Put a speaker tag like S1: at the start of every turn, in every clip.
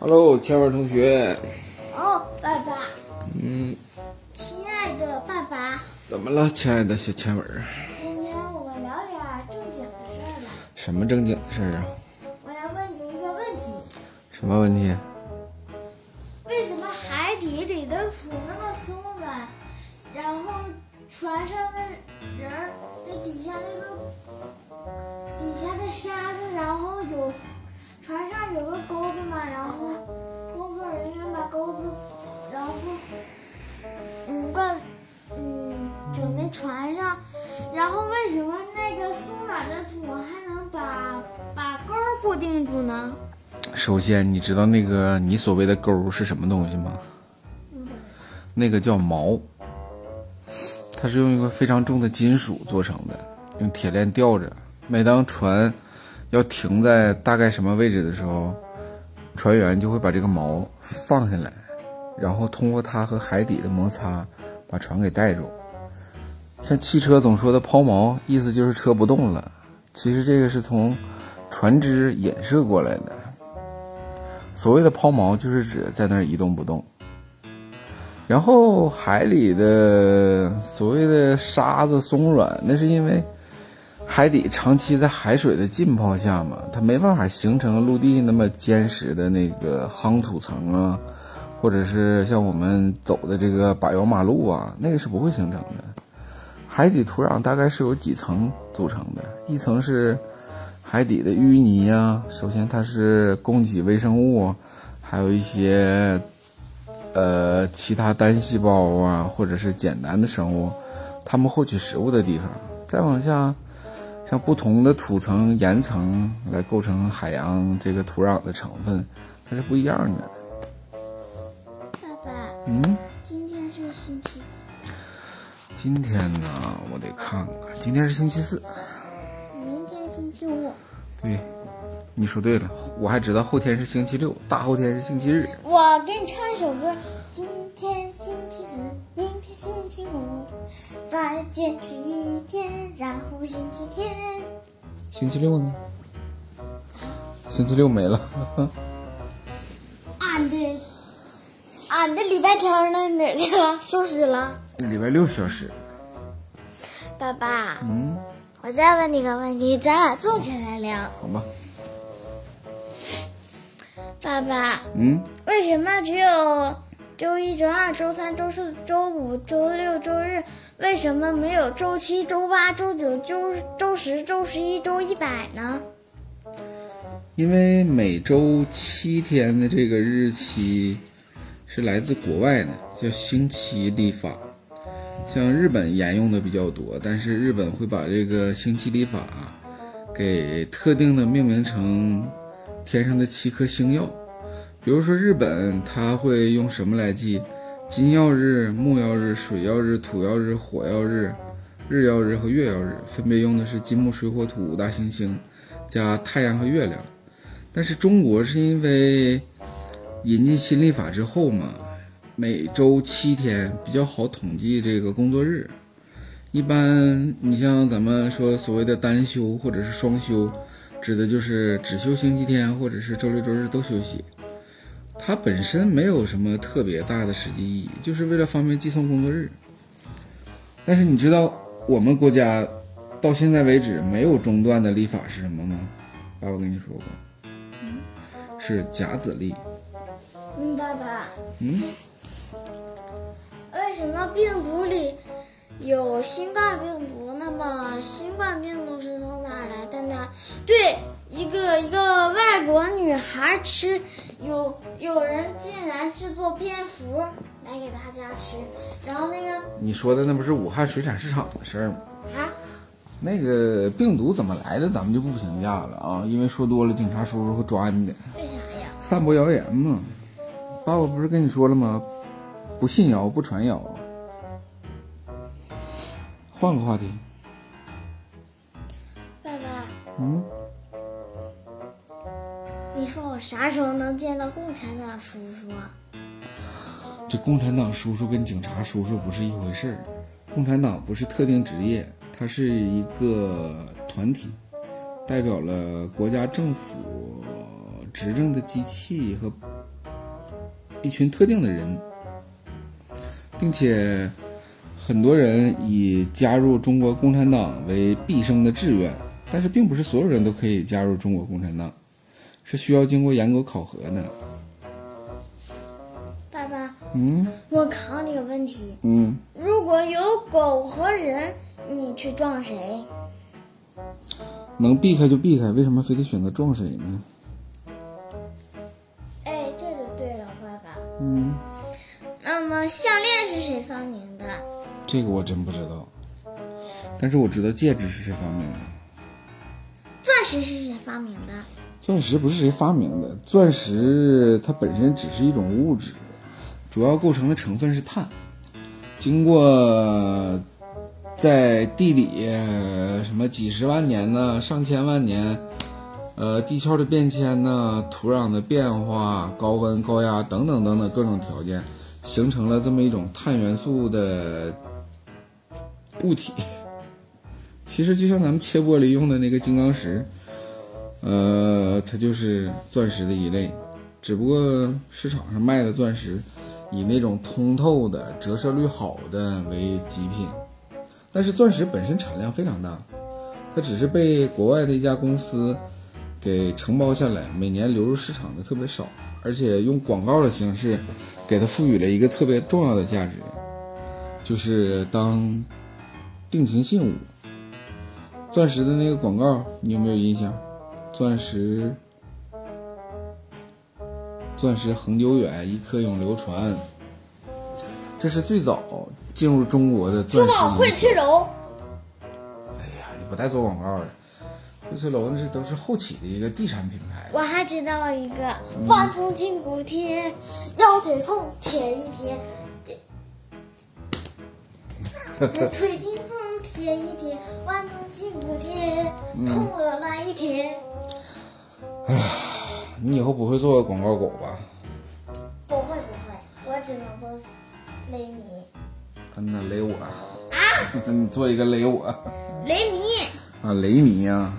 S1: Hello，千万同学，
S2: 哦，爸爸，
S1: 嗯，
S2: 亲爱的爸爸，
S1: 怎么了，亲爱的小千文儿？
S2: 今天我们聊点儿正经的事儿吧。
S1: 什么正经事儿啊？
S2: 我要问你一个问题：
S1: 什么问题？啊
S2: 为什么海底里的土那么松软，然后船上的人儿那底下那个底下的虾子，然后有船上有个钩子嘛，然后工作人员把钩子，然后嗯挂嗯整那船上，然后为什么那个松软的土还能把把钩儿固定住呢？
S1: 首先，你知道那个你所谓的钩儿是什么东西吗？
S2: 嗯，
S1: 那个叫锚，它是用一个非常重的金属做成的，用铁链吊着。每当船要停在大概什么位置的时候，船员就会把这个锚放下来，然后通过它和海底的摩擦，把船给带住。像汽车总说的抛锚，意思就是车不动了。其实这个是从船只衍射过来的。所谓的抛锚，就是指在那儿一动不动。然后海里的所谓的沙子松软，那是因为海底长期在海水的浸泡下嘛，它没办法形成陆地那么坚实的那个夯土层啊，或者是像我们走的这个柏油马路啊，那个是不会形成的。海底土壤大概是由几层组成的，一层是海底的淤泥啊，首先它是供给微生物，啊还有一些呃其他单细胞啊，或者是简单的生物，它们获取食物的地方。再往下，像不同的土层、岩层来构成海洋这个土壤的成分，它是不一样的。
S2: 爸爸，
S1: 嗯，
S2: 今天是星期几？
S1: 今天呢，我得看看，今天是星期四，
S2: 明天星期五。
S1: 对，你说对了，我还知道后天是星期六，大后天是星期日。
S2: 我给你唱一首歌。今天星期四，明天星期五，再坚持一天，然后星期天。
S1: 星期六呢？星期六没了。
S2: 俺的，俺的礼拜天儿呢哪儿去了？消失了。
S1: 礼拜六消失。
S2: 爸爸，
S1: 嗯，
S2: 我再问你个问题，咱俩坐起来聊。
S1: 好吧。
S2: 爸爸，
S1: 嗯，
S2: 为什么只有周一、周二、周三、周四、周五、周六、周日？为什么没有周七、周八、周九、周周十、周十一、周一百呢？
S1: 因为每周七天的这个日期是来自国外的，叫星期历法。像日本沿用的比较多，但是日本会把这个星期历法给特定的命名成天上的七颗星耀。比如说日本，它会用什么来记？金曜日、木曜日、水曜日、土曜日、火曜日、日曜日和月曜日，分别用的是金木水火土五大行星。加太阳和月亮。但是中国是因为引进新历法之后嘛，每周七天比较好统计这个工作日。一般你像咱们说所谓的单休或者是双休，指的就是只休星期天或者是周六周日都休息。它本身没有什么特别大的实际意义，就是为了方便计算工作日。但是你知道我们国家到现在为止没有中断的历法是什么吗？爸爸跟你说过，是甲子历。
S2: 嗯，爸爸，
S1: 嗯，
S2: 为什么病毒里有新冠病毒？那么新冠病毒是从哪儿来的呢？对，一个一个外国女孩吃，有有人竟然制作蝙蝠来给大家吃，然后那个
S1: 你说的那不是武汉水产市场的事儿吗？
S2: 啊，
S1: 那个病毒怎么来的，咱们就不评价了啊，因为说多了警察叔叔会抓你的。
S2: 为啥呀？
S1: 散播谣言嘛，爸爸不是跟你说了吗？不信谣，不传谣。啊换个话题，
S2: 爸爸，
S1: 嗯，
S2: 你说我啥时候能见到共产党叔叔啊？
S1: 这共产党叔叔跟警察叔叔不是一回事儿。共产党不是特定职业，它是一个团体，代表了国家政府执政的机器和一群特定的人，并且很多人以加入中国共产党为毕生的志愿，但是并不是所有人都可以加入中国共产党，是需要经过严格考核的。
S2: 爸爸，
S1: 嗯
S2: 我考你个问题：
S1: 嗯，
S2: 如果有狗和人，你去撞谁？
S1: 能避开就避开，为什么非得选择撞谁呢？
S2: 哎，这就对了，爸爸。
S1: 嗯，
S2: 那么项链是谁发明的？
S1: 这个我真不知道，但是我知道戒指是这方面的。
S2: 钻石是谁发明的？
S1: 钻石不是谁发明的，钻石它本身只是一种物质，主要构成的成分是碳。经过在地里呃什么几十万年呢，上千万年，呃，地壳的变迁呢，土壤的变化，高温、高压等等等等各种条件，形成了这么一种碳元素的物体。 其实就像咱们切玻璃用的那个金刚石，呃，它就是钻石的一类，只不过市场上卖的钻石以那种通透的、折射率好的为极品。但是钻石本身产量非常大，它只是被国外的一家公司给承包下来，每年流入市场的特别少，而且用广告的形式给它赋予了一个特别重要的价值，就是当定情信物。钻石的那个广告，你有没有印象？钻石，钻石恒久远，一颗永流传。这是最早进入中国的钻
S2: 珠
S1: 石
S2: 宝
S1: 营
S2: 荟
S1: 销
S2: 萃楼。
S1: 哎呀，你不带做广告的。惠翠楼那是都是后起的一个地产品牌。
S2: 我还知道一个万通筋骨贴，腰腿痛贴一 贴，这腿筋痛贴一贴，万通筋骨贴痛了那一贴。
S1: 你以后不会做广告狗吧？
S2: 不会不会，我只能做雷米
S1: 真的雷我，
S2: 啊，
S1: 你做一个雷我
S2: 雷米。
S1: 啊，雷迷呀、啊！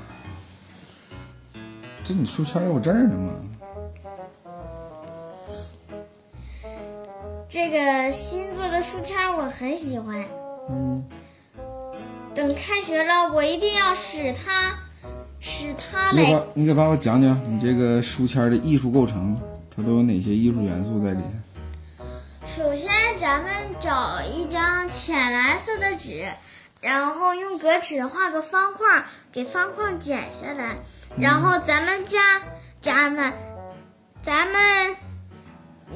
S1: 这你书签儿有这儿呢吗？
S2: 这个新做的书签儿我很喜欢，
S1: 嗯，
S2: 等开学了我一定要使它，使它
S1: 你给
S2: 来
S1: 爸，你给爸爸讲讲你这个书签儿的艺术构成，它都有哪些艺术元素在里面？
S2: 首先，咱们找一张浅蓝色的纸，然后用格尺画个方框，给方框剪下来，然后咱们家家们，咱们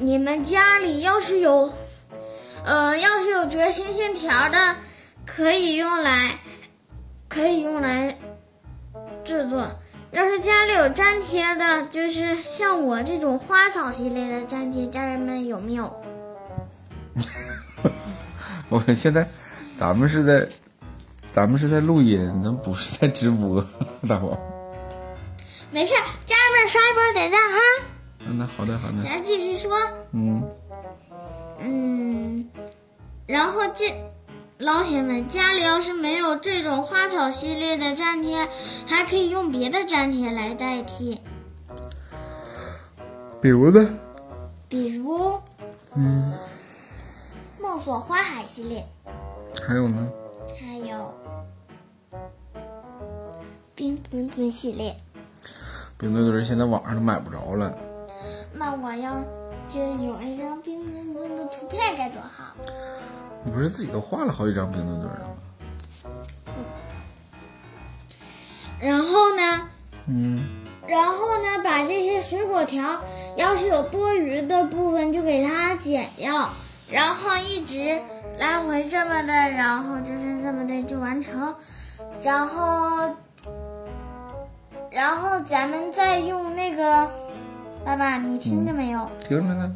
S2: 你们家里要是有，呃，要是有折形线条的，可以用来，可以用来制作。要是家里有粘贴的，就是像我这种花草系列的粘贴，家人们有没有？
S1: 我们现在，咱们是在，咱们是在录音，咱不是在直播，大宝。
S2: 没事儿，家人们刷一波点赞哈。
S1: 嗯，那好的好的，
S2: 咱继续说，
S1: 嗯。
S2: 嗯，然后这老铁们家里要是没有这种花草系列的粘贴，还可以用别的粘贴来代替，
S1: 比如呢？
S2: 比如
S1: 嗯，
S2: 梦锁花海系列，
S1: 还有呢？
S2: 还有冰墩墩系列。
S1: 冰墩墩现在网上都买不着了，
S2: 那我要是有一张冰墩墩的图片该多好！
S1: 你不是自己都画了好几张冰墩墩了吗？
S2: 然后呢，
S1: 嗯，
S2: 然后呢，把这些水果条要是有多余的部分就给它剪掉，然后一直来回这么的，然后就是这么的就完成，然后，然后咱们再用那个，爸爸你听着没有？
S1: 听着呢，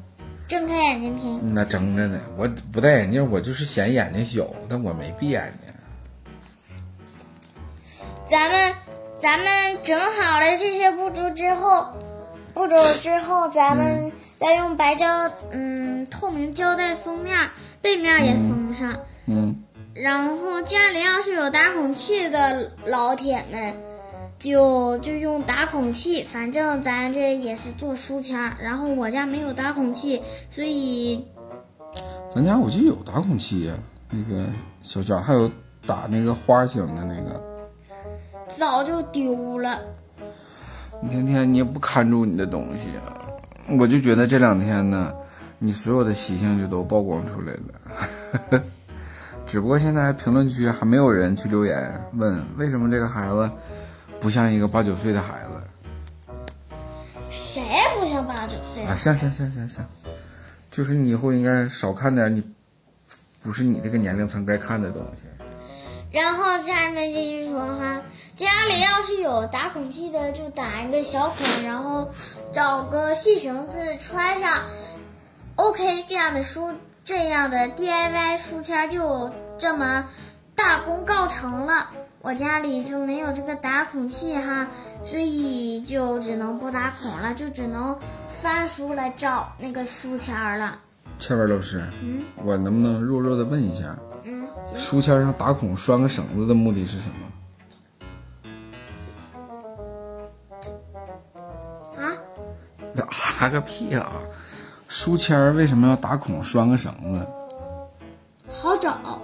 S2: 睁开眼睛听，
S1: 那睁着呢。我不戴眼镜，我就是显眼睛小，但我没闭眼睛。
S2: 咱们咱们整好了这些步骤之后。步骤之后，咱们再用白胶，嗯，透明胶带封面儿，背面儿也封上。
S1: 嗯，
S2: 然后家里要是有打孔器的老铁们，就就用打孔器，反正咱这也是做书签儿，然后我家没有打孔器，所以
S1: 咱家我就有打孔器呀，那个小卷儿，还有打那个花型的那个。
S2: 早就丢了。
S1: 你天天你也不看住你的东西，啊我就觉得这两天呢，你所有的习性就都曝光出来了。 只不过现在评论区还没有人去留言问为什么这个孩子不像一个八九岁的孩子
S2: 谁不像八九岁
S1: 啊？
S2: 啊？
S1: 像像像像像，就是你以后应该少看点你不是你这个年龄层该看的东西。
S2: 然后家人们继续说哈，家里要是有打孔器的，就打一个小孔，然后找个细绳子穿上。OK，这样的书，这样的 DIY 书签儿就这么大功告成了。我家里就没有这个打孔器哈，所以就只能不打孔了，就只能翻书来找那个书签儿了。
S1: 倩文老师，
S2: 嗯
S1: 我能不能弱弱的问一下，
S2: 嗯，行
S1: 书签上打孔拴个绳子的目的是什么？
S2: 啊。
S1: 打个屁啊！书签儿为什么要打孔拴个绳子？
S2: 好找，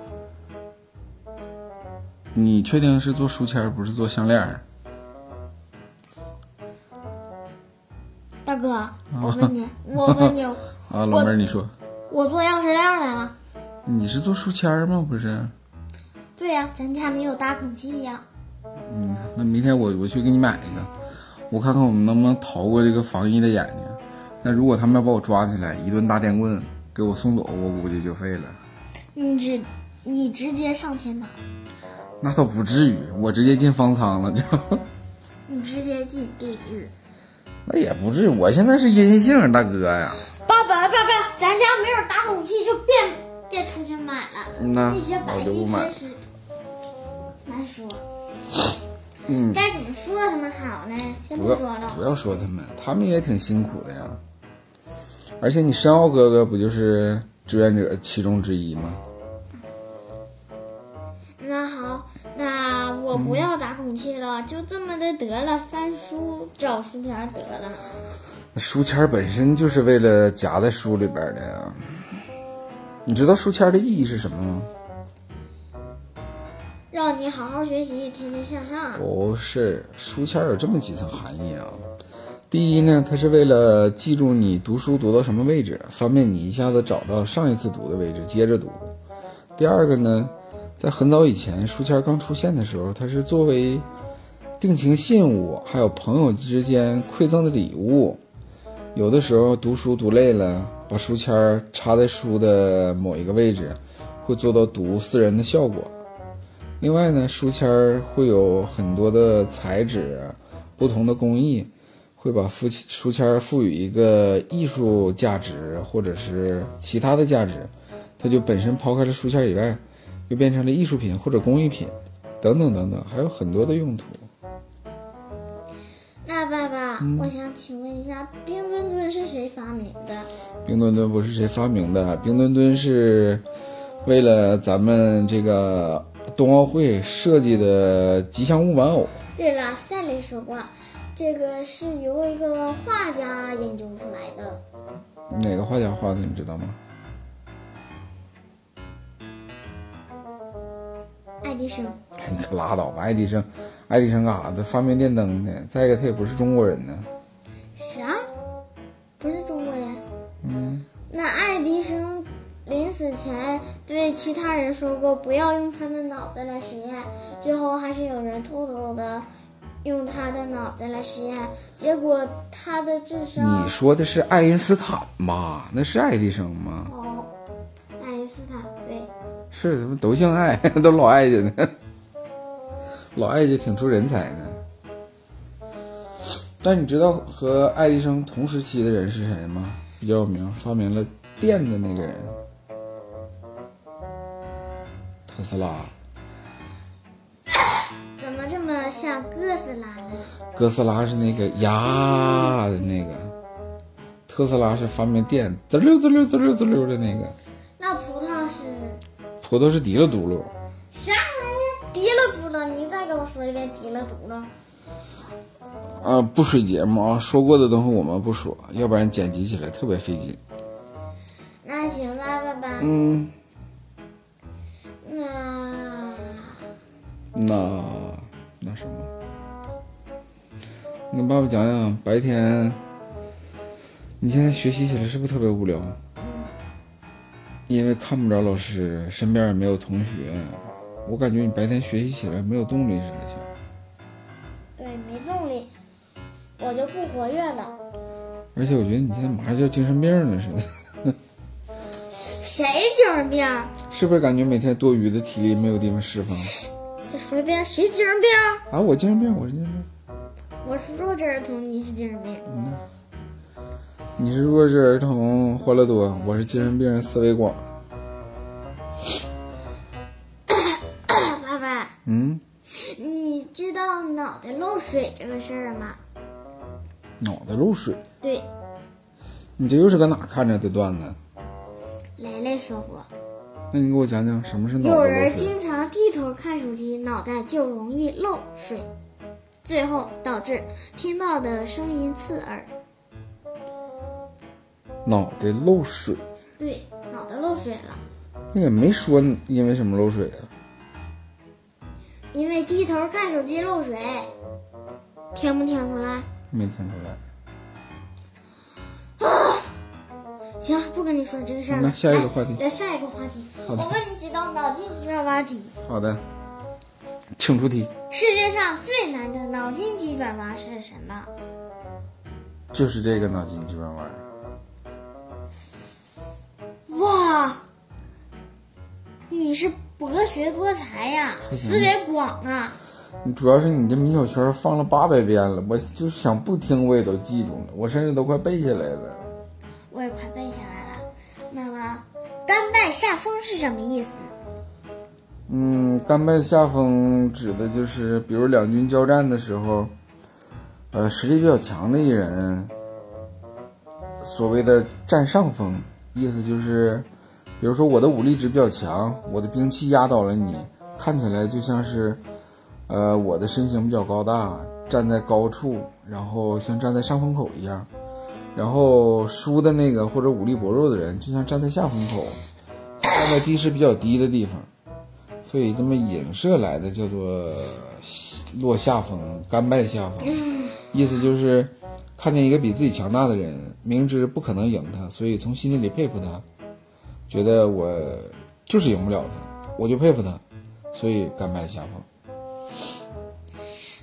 S1: 你确定是做书签儿，不是做项链儿？
S2: 大哥，我问你，我问你，
S1: 啊，老妹儿，你说
S2: 我做钥匙链儿来了。
S1: 你是做书签儿吗？不是？
S2: 对呀、咱家没有打孔器呀、
S1: 嗯，那明天我我去给你买一个，我看看我们能不能逃过这个防疫的眼睛。那如果他们要把我抓起来，一顿大电棍给我送走，我估计就废了。
S2: 你直，你直接上天堂，
S1: 那倒不至于，我直接进方舱了就。
S2: 你直接进地狱。
S1: 那也不至于，我现在是阴性，大哥呀。
S2: 爸爸，爸爸，咱家没有打孔器，就别别出去买了。
S1: 那
S2: 那些百
S1: 嗯我就不
S2: 亿
S1: 买
S2: 天
S1: 了。
S2: 使，难说，
S1: 嗯，
S2: 该怎么说他们好呢？先
S1: 不
S2: 不
S1: 要
S2: 说了
S1: 不。要说他们，他们也挺辛苦的呀。而且你申奥哥哥不就是志愿者其中之一吗？
S2: 那好，那我
S1: 嗯
S2: 不要打孔器了，就这么的得了，翻书找书条得了。
S1: 那书签儿本身就是为了夹在书里边儿的呀。你知道书签儿的意义是什么吗？
S2: 让你好好学习，天天向上。
S1: 不是，书签儿有这么几层含义啊。第一呢，它是为了记住你读书读到什么位置，方便你一下子找到上一次读的位置，接着读。第二个呢，在很早以前，书签儿刚出现的时候，它是作为定情信物，还有朋友之间馈赠的礼物。有的时候读书读累了，把书签儿插在书的某一个位置，会做到读私人的效果。另外呢，书签儿会有很多的材质、不同的工艺，会把书书签儿赋予一个艺术价值或者是其他的价值，它就本身抛开了书签儿以外，又变成了艺术品或者工艺品，等等等等，还有很多的用途。
S2: 那爸爸，我想请问一下，冰墩墩是谁发明的？
S1: 冰墩墩不是谁发明的，冰墩墩是为了咱们这个冬奥会设计的吉祥物玩偶。
S2: 对了，赛里说过，这个是由一个画家研究出来的。
S1: 哪个画家画的，你知道吗？
S2: 爱迪生，
S1: 哎，你可 拉倒吧，爱迪生，爱迪生干啥的？发明电灯的。再一个，他也不是中国人呢。
S2: 啥？不是中国人？
S1: 嗯，
S2: 那爱迪生临死前对其他人说过，不要用他的脑子来实验。最后还是有人偷偷的用他的脑子来实验，结果他的智商
S1: 你说的是爱因斯坦吧？那是爱迪生吗？
S2: 哦，爱因斯坦对，
S1: 是，他们都姓爱， 都老爱家呢。老爱家挺出人才的。但你知道和爱迪生同时期的人是谁吗？比较有名，发明了电的那个人，特斯拉。
S2: 怎么这么像哥斯拉呢？
S1: 哥斯拉是那个呀的那个，特斯拉是发明电滋溜滋溜滋溜滋溜的那个，
S2: 那葡萄是
S1: 坨坨是滴溜嘟噜。
S2: 啥玩意儿？滴了嘟了，你再给我说一遍滴了嘟了。
S1: 啊，不水节目啊，说过的东西我们不说，要不然剪辑起来特别费劲。
S2: 那行吧，爸爸。
S1: 嗯，
S2: 那
S1: 那那什么，那爸爸讲讲白天，你现在学习起来是不是特别无聊？因为看不着老师，身边也没有同学，我感觉你白天学习起来没有动力似的，像。
S2: 对没动力，我就不活跃了。
S1: 而且我觉得你现在马上就要精神病了似的。
S2: 谁精神病？
S1: 是不是感觉每天多余的体力没有地方释放？
S2: 再说一遍，谁精神病？
S1: 啊，我精神病，我是精神病。
S2: 我是弱智儿童，你是精神病。
S1: 嗯，你是弱智儿童欢乐多，我是精神病人思维广。
S2: 爸爸，
S1: 嗯，
S2: 你知道脑袋漏水这个事儿吗？
S1: 脑袋漏水，
S2: 对，
S1: 你这又是搁哪看着的段子？
S2: 蕾蕾说过，
S1: 那你给我讲讲什么是脑
S2: 有
S1: 袋
S2: 人
S1: 漏水？
S2: 经常低头看手机，脑袋就容易漏水，最后导致听到的声音刺耳。
S1: 脑袋漏水，
S2: 对，脑袋漏水了，
S1: 那也没说因为什么漏水啊。
S2: 因为低头看手机漏水，听不听出来？
S1: 没听出来。
S2: 行，不跟你说这个事儿了。
S1: 那下一个
S2: 来
S1: 话题
S2: 聊下一个话题。
S1: 好
S2: 我
S1: 的
S2: 问你几道脑筋急转弯题。
S1: 好的，请出题。
S2: 世界上最难的脑筋急转弯是什么？
S1: 就是这个脑筋急转弯，
S2: 哇，你是博学多才呀，思维广啊！
S1: 主要是你这米小圈放了八百遍了，我就想不听我也都记住了，我甚至都快背下来了。
S2: 我也快背下来了。那么，甘拜下风是什么意思？
S1: 嗯，甘拜下风指的就是，比如两军交战的时候，呃，实力比较强的一人，所谓的占上风，意思就是，比如说我的武力值比较强，我的兵器压倒了你，看起来就像是，呃，我的身形比较高大，站在高处，然后像站在上风口一样，然后输的那个或者武力薄弱的人，就像站在下风口，站在地势比较低的地方。所以这么影射来的叫做落下风、甘拜下风，意思就是看见一个比自己强大的人，明知不可能赢他，所以从心底里佩服他，觉得我就是赢不了他，我就佩服他，所以甘拜下风。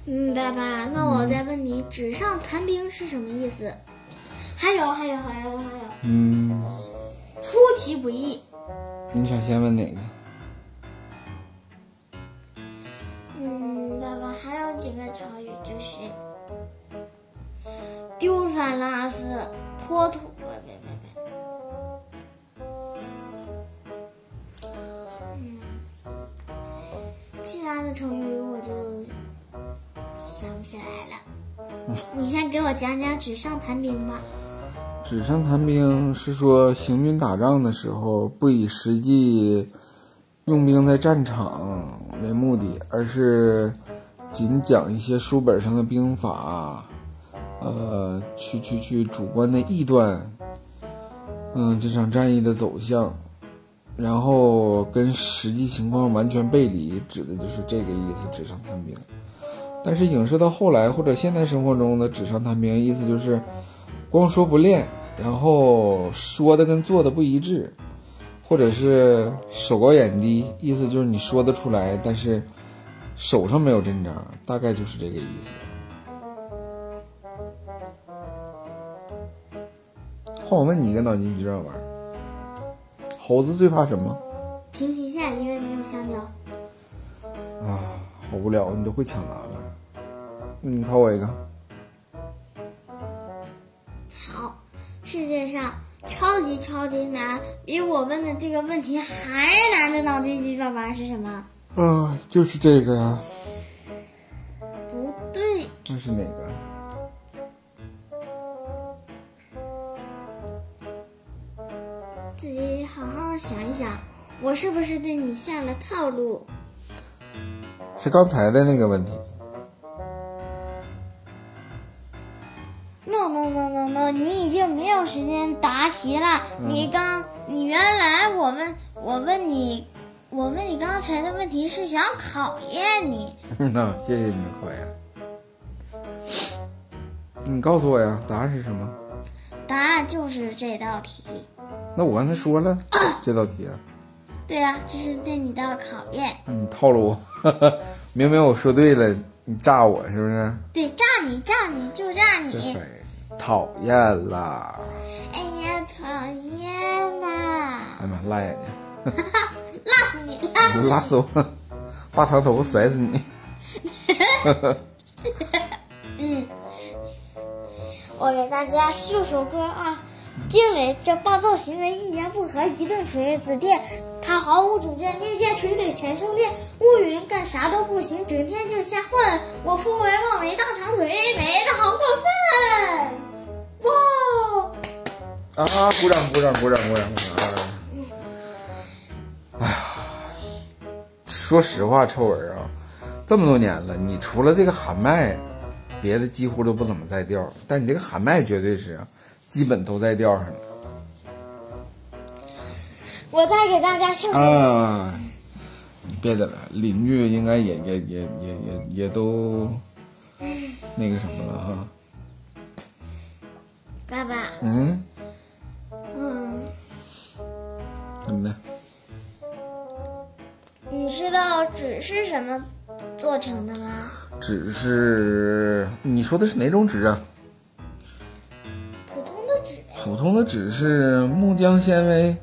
S2: 嗯，爸爸，那我再问你，纸上谈兵是什么意思？还有，还有，还有，还有，
S1: 嗯，
S2: 出其不意。
S1: 你想先问哪个？
S2: 嗯，爸爸还有几个成语就是丢三落四、脱土，别别别，嗯，其他的成语我就想不起来了。你先给我讲讲纸上谈兵吧。
S1: 纸上谈兵是说行军打仗的时候，不以实际用兵在战场为目的，而是仅讲一些书本上的兵法，呃，去去去主观的臆断，嗯，这场战役的走向，然后跟实际情况完全背离，指的就是这个意思。纸上谈兵，但是影射到后来或者现代生活中的纸上谈兵，意思就是。光说不练，然后说的跟做的不一致，或者是手高眼低，意思就是你说得出来，但是手上没有真章，大概就是这个意思。换我问你一个脑筋急转弯儿：猴子最怕什么？
S2: 平行线因为没有香蕉，
S1: 啊，好无聊，你都会抢答了。那嗯你考我一个。
S2: 好，世界上超级超级难，比我问的这个问题还难的脑筋急转弯是什么？
S1: 啊，就是这个呀。
S2: 不对，
S1: 那是哪个？
S2: 自己好好想一想，我是不是对你下了套路？
S1: 是刚才的那个问题。
S2: no no no no no，你已经没有时间答题了。
S1: 嗯
S2: 你刚，你原来我问我问你，我问你刚才的问题是想考验你。
S1: 那谢谢你的考验。你告诉我呀，答案是什么？
S2: 答案就是这道题。
S1: 那我刚才说了这道题啊，
S2: 对啊，这是对你的考验，
S1: 你套路我， 明明我说对了，你炸我是不是？
S2: 对，炸你炸你就炸
S1: 这
S2: 你
S1: 谁，？讨厌啦！
S2: 哎呀，讨厌呐
S1: 哎，呀妈，辣眼睛，
S2: 辣死你，辣死
S1: 你辣死我了！ 大长头甩死你！
S2: 嗯，我给大家秀首歌啊。经理这暴躁行为一言不合一顿锤子弟，他毫无主见，捏肩锤腿全受练。乌云干啥都不行，整天就瞎混。我夫为望为大长腿，没了好过分。哇，
S1: 啊，鼓掌鼓掌鼓掌鼓掌鼓掌！啊哎呀，说实话，臭文啊，这么多年了，你除了这个喊麦，别的几乎都不怎么在调儿，但你这个喊麦绝对是基本都在调儿上了。
S2: 我再给大家秀首
S1: 啊，别的了，邻居应该也也也也也也都那个什么了哈。
S2: 爸爸，
S1: 嗯，
S2: 嗯，
S1: 怎么的？
S2: 你知道纸是什么做成的吗？
S1: 纸是你说的是哪种纸啊？
S2: 普通的纸。
S1: 普通的纸是木浆纤维、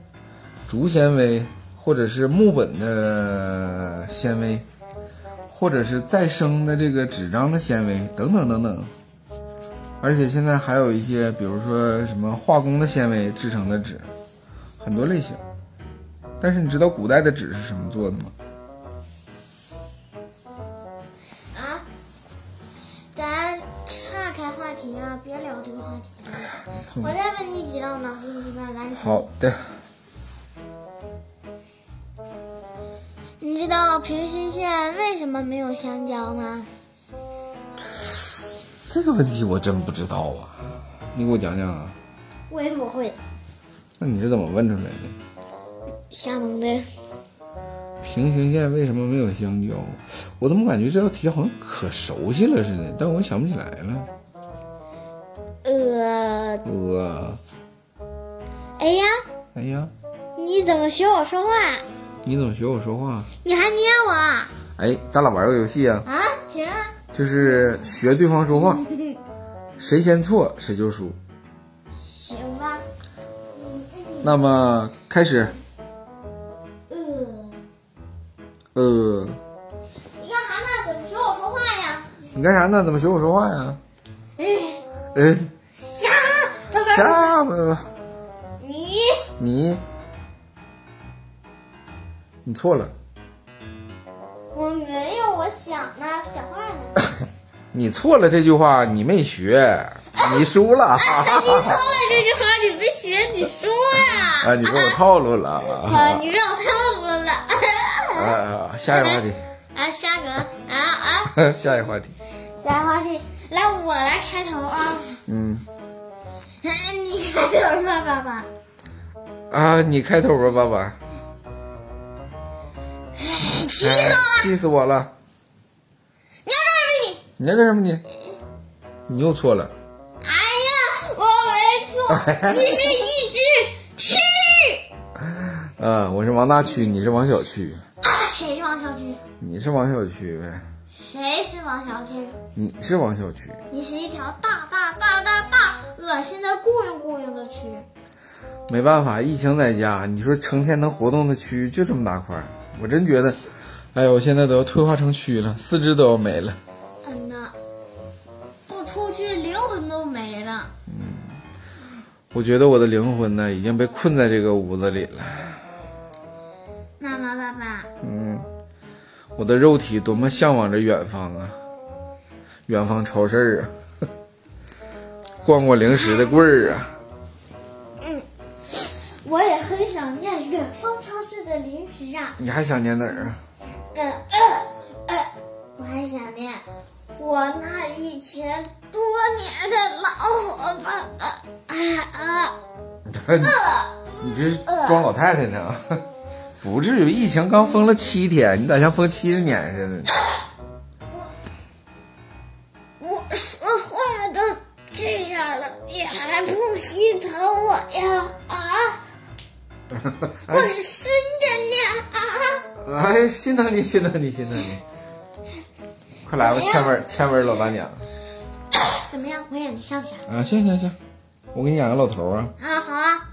S1: 竹纤维，或者是木本的纤维，或者是再生的这个纸张的纤维等等等等。而且现在还有一些，比如说什么化工的纤维制成的纸，很多类型。但是你知道古代的纸是什么做的吗？
S2: 啊，咱岔开话题啊，别聊这个话题了。我再问你几道脑筋急转弯题。
S1: 好的，
S2: 你知道平行线为什么没有相交吗？
S1: 这个问题我真不知道啊，你给我讲讲啊。
S2: 会不会？
S1: 那你是怎么问出来的？
S2: 瞎蒙的。
S1: 平行线为什么没有相交？我怎么感觉这道题好像可熟悉了似的，但我想不起来了。
S2: 呃，
S1: 我，
S2: 哎呀，
S1: 哎呀，
S2: 你怎么学我说话？
S1: 你怎么学我说话？
S2: 你还捏我啊？
S1: 哎，咱俩玩个游戏啊，
S2: 啊，行啊。
S1: 就是学对方说 话，谁先错谁就输。
S2: 行吧。
S1: 那么开始，
S2: 呃，
S1: 呃，
S2: 你干啥呢？怎么学我说话呀？
S1: 你干啥呢？怎么学我说话呀？
S2: 哎，
S1: 哎，
S2: 瞎，拜拜。
S1: 下吧，
S2: 你
S1: 你，你错了，
S2: 我没有，我想呢，想话啊呢。
S1: 你错了这句话你没学，你输 了。
S2: 啊你说了这句话，你没学，你说呀、
S1: 啊，你被我套路了
S2: 啊，
S1: 啊
S2: 你被我套路了。
S1: 啊！下一个话题，
S2: 啊，下个啊啊，
S1: 下一个话题。
S2: 下个话题，来我来开头啊，
S1: 嗯
S2: 你开头吧，爸爸。
S1: 啊，你开头吧，爸爸。
S2: 气死我
S1: 哎
S2: 了！
S1: 气死我了！
S2: 你要让着
S1: 你在干什么你？你又错了。
S2: 你，哎呀，我没错，你是一只蛆。
S1: 啊，我是王大区，你是王小区，
S2: 啊，谁是王小军？
S1: 你是王小区呗，
S2: 谁是王小军？
S1: 你是王小区。
S2: 你是一条大大大大大恶心的雇佣雇佣的蛆。
S1: 没办法，疫情在家，你说成天能活动的区域就这么大块儿，我真觉得，哎呦，我现在都要退化成蛆了，四肢都要没了。
S2: 嗯呐，不出去灵魂都没了。
S1: 我觉得我的灵魂呢，已经被困在这个屋子里了。
S2: 那么爸爸，
S1: 嗯，我的肉体多么向往着远方啊！远方超市啊， 逛逛零食的柜儿啊，
S2: 我也很想念远方超市的零食啊，
S1: 你还想念哪儿啊？
S2: 跟呃呃，我还想念我那以前多年的老伙伴了啊！
S1: 你这是装老太太呢？ 不至于，疫情刚封了七天，你咋像封七十年似的？
S2: 我说话都这样了，你还不心疼我呀？啊！ 我
S1: 哎
S2: 是孙子呢啊！
S1: 哎，心疼你，心疼你，心疼你！快来吧，千文，千文老大娘
S2: 怎么样，我演的像不像？
S1: 啊！行行行，我给你演个老头啊！
S2: 啊，好啊！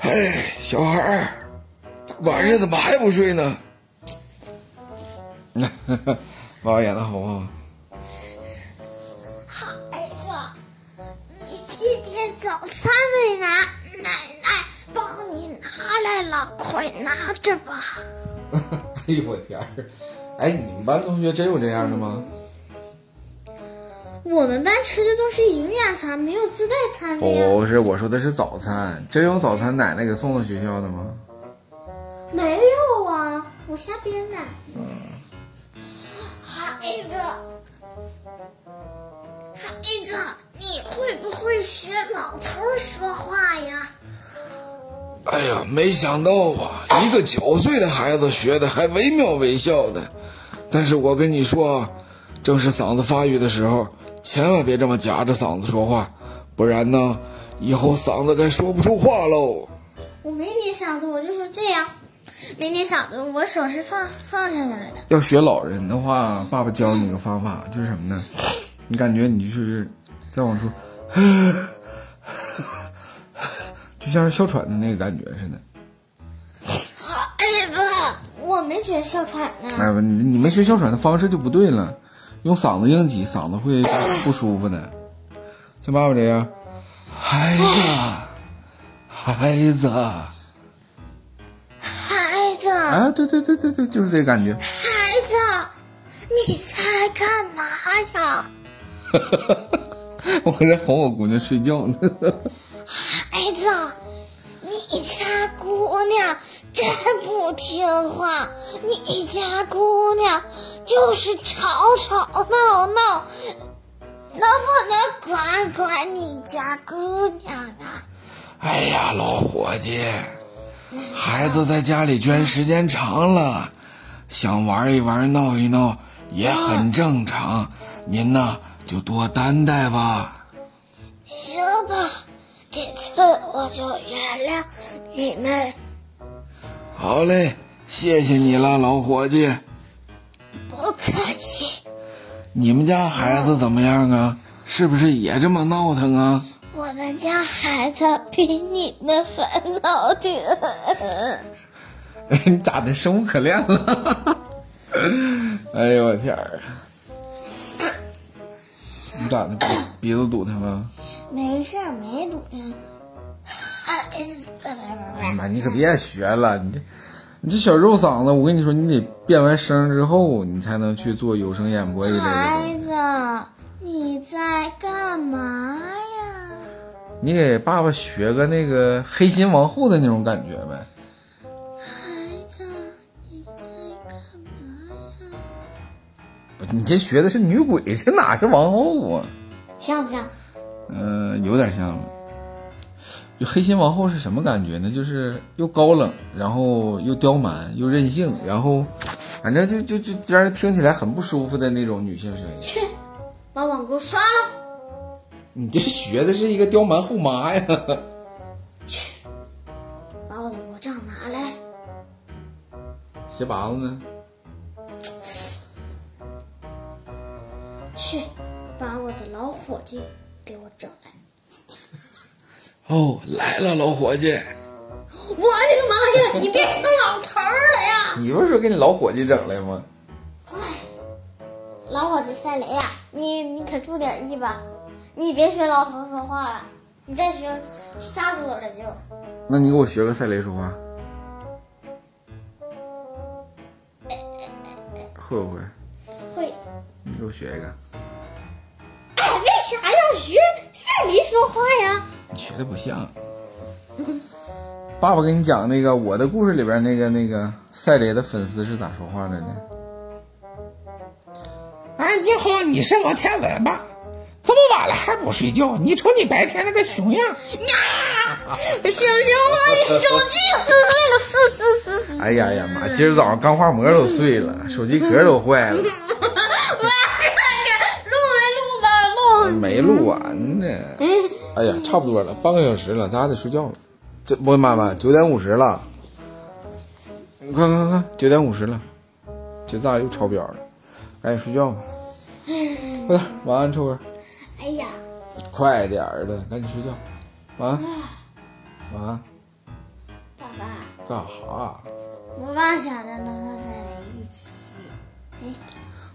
S1: 哎，小孩儿，晚上怎么还不睡 呢？娃娃演的好不好？
S2: 孩子，你今天早餐没拿，奶奶帮你拿来了，快拿着吧。
S1: 哎呦我天儿！哎，你们班同学真有这样的吗？
S2: 我们班吃的都是营养餐，没有自带餐的呀。
S1: 不是，我说的是早餐，真有早餐奶奶给送到学校的吗？
S2: 没有啊，我瞎编的。
S1: 嗯
S2: 孩子，孩子，你会不会学老头儿说话呀？
S1: 哎呀，没想到啊，一个九岁的孩子学的还惟妙惟肖的。但是我跟你说啊，正是嗓子发育的时候，千万别这么夹着嗓子说话，不然呢，以后嗓子该说不出话喽。
S2: 我没捏嗓子，我就说这样，没捏嗓子，我手是放放下来的。
S1: 要学老人的话，爸爸教你个方法，就是什么呢？你感觉你就是再往出， 就像是哮喘的那个感觉似的。
S2: 孩子，我没觉得哮喘呢。
S1: 哎，不你你没学哮喘的方式就不对了，用嗓子硬挤，嗓子会不舒服的。像爸爸这样，孩子，孩子，
S2: 孩子，
S1: 啊，对对对对对，就是这感觉。
S2: 孩子，你在干嘛呀？
S1: 我在哄我姑娘睡觉呢。
S2: 孩子，你家姑娘真不听话，你家姑娘就是吵吵闹闹，能不能管管你家姑娘啊？
S1: 哎呀，老伙计，孩子在家里圈时间长了，想玩一玩、闹一闹也很正常。您呐，就多担待吧。
S2: 行吧，这次我就原谅你们，
S1: 好嘞，谢谢你了，老伙计。
S2: 不客气。
S1: 你们家孩子怎么样啊？是不是也这么闹腾啊？
S2: 我们家孩子比你们烦恼的。
S1: 你咋的？生无可恋了？ 哎呦我天儿！你咋的？鼻子堵他吗？
S2: 没事儿，没堵他。啊，哎呃不
S1: 哎
S2: 是
S1: 呀
S2: 不
S1: 妈，你可别学了，你这你这小肉嗓子，我跟你说，你得变完声之后，你才能去做有声演播一类
S2: 是，
S1: 的东西。
S2: 孩子，你在干嘛呀？
S1: 你给爸爸学个那个黑心王后的那种感觉呗。
S2: 孩子，你在干嘛呀？
S1: 你这学的是女鬼，这哪是王后啊？
S2: 像不像？
S1: 嗯、有点像。就黑心王后是什么感觉呢？就是又高冷，然后又刁蛮，又任性，然后反正就就就让人听起来很不舒服的那种女性声音。
S2: 去，把网给我刷了！
S1: 你这学的是一个刁蛮后妈呀！
S2: 把我的魔杖拿来。
S1: 鞋拔子呢？
S2: 去，把我的老伙计给我找来。
S1: 哦，来了，老伙计。
S2: 我的个妈呀！你变成老头儿了呀！哎
S1: 你不是说给你老伙计整来吗？
S2: 老伙计赛雷呀、啊你你可注点意吧，你别学老头儿说话了，你再学杀死我了就。
S1: 那你给我学个赛雷说话，会不会？
S2: 会，
S1: 你给我学一个。
S2: 哎，为啥要学赛雷说话呀？
S1: 你学的不像。爸爸给你讲那个我的故事里边那个那个赛雷的粉丝是咋说话的呢？哎，
S3: 哎，你好，你是王千文吧？这么晚了还不睡觉？你瞅你白天那个熊样！
S2: 呀，熊熊，我的手机撕碎了，撕撕撕撕！
S1: 哎呀呀妈！今儿早上钢化膜都碎了，手机壳都坏了，
S2: 我这个录没录吧？录。
S1: 没录完呢。
S2: 嗯，
S1: 哎呀，差不多了，半个小时了，咱俩得睡觉了。这我妈妈九点五十了，你看看看，九点五十了，这咱俩又超标了，赶紧睡觉吧。快点，晚安，臭哥，
S2: 哎呀，
S1: 快点儿的，赶紧睡觉，啊晚安，晚安，
S2: 爸爸，
S1: 干啥？
S2: 我爸想着能和三位一起。哎，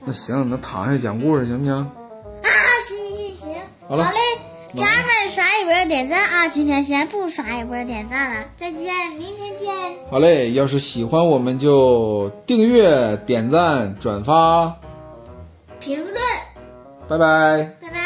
S1: 那行，那躺下讲故事行不行？
S2: 啊，行行行，
S1: 好了
S2: 嘞，咱们刷一波点赞啊！今天先不刷一波点赞了，再见，明天见。
S1: 好嘞，要是喜欢我们就订阅、点赞、转发，
S2: 评论，
S1: 拜拜。
S2: 拜拜。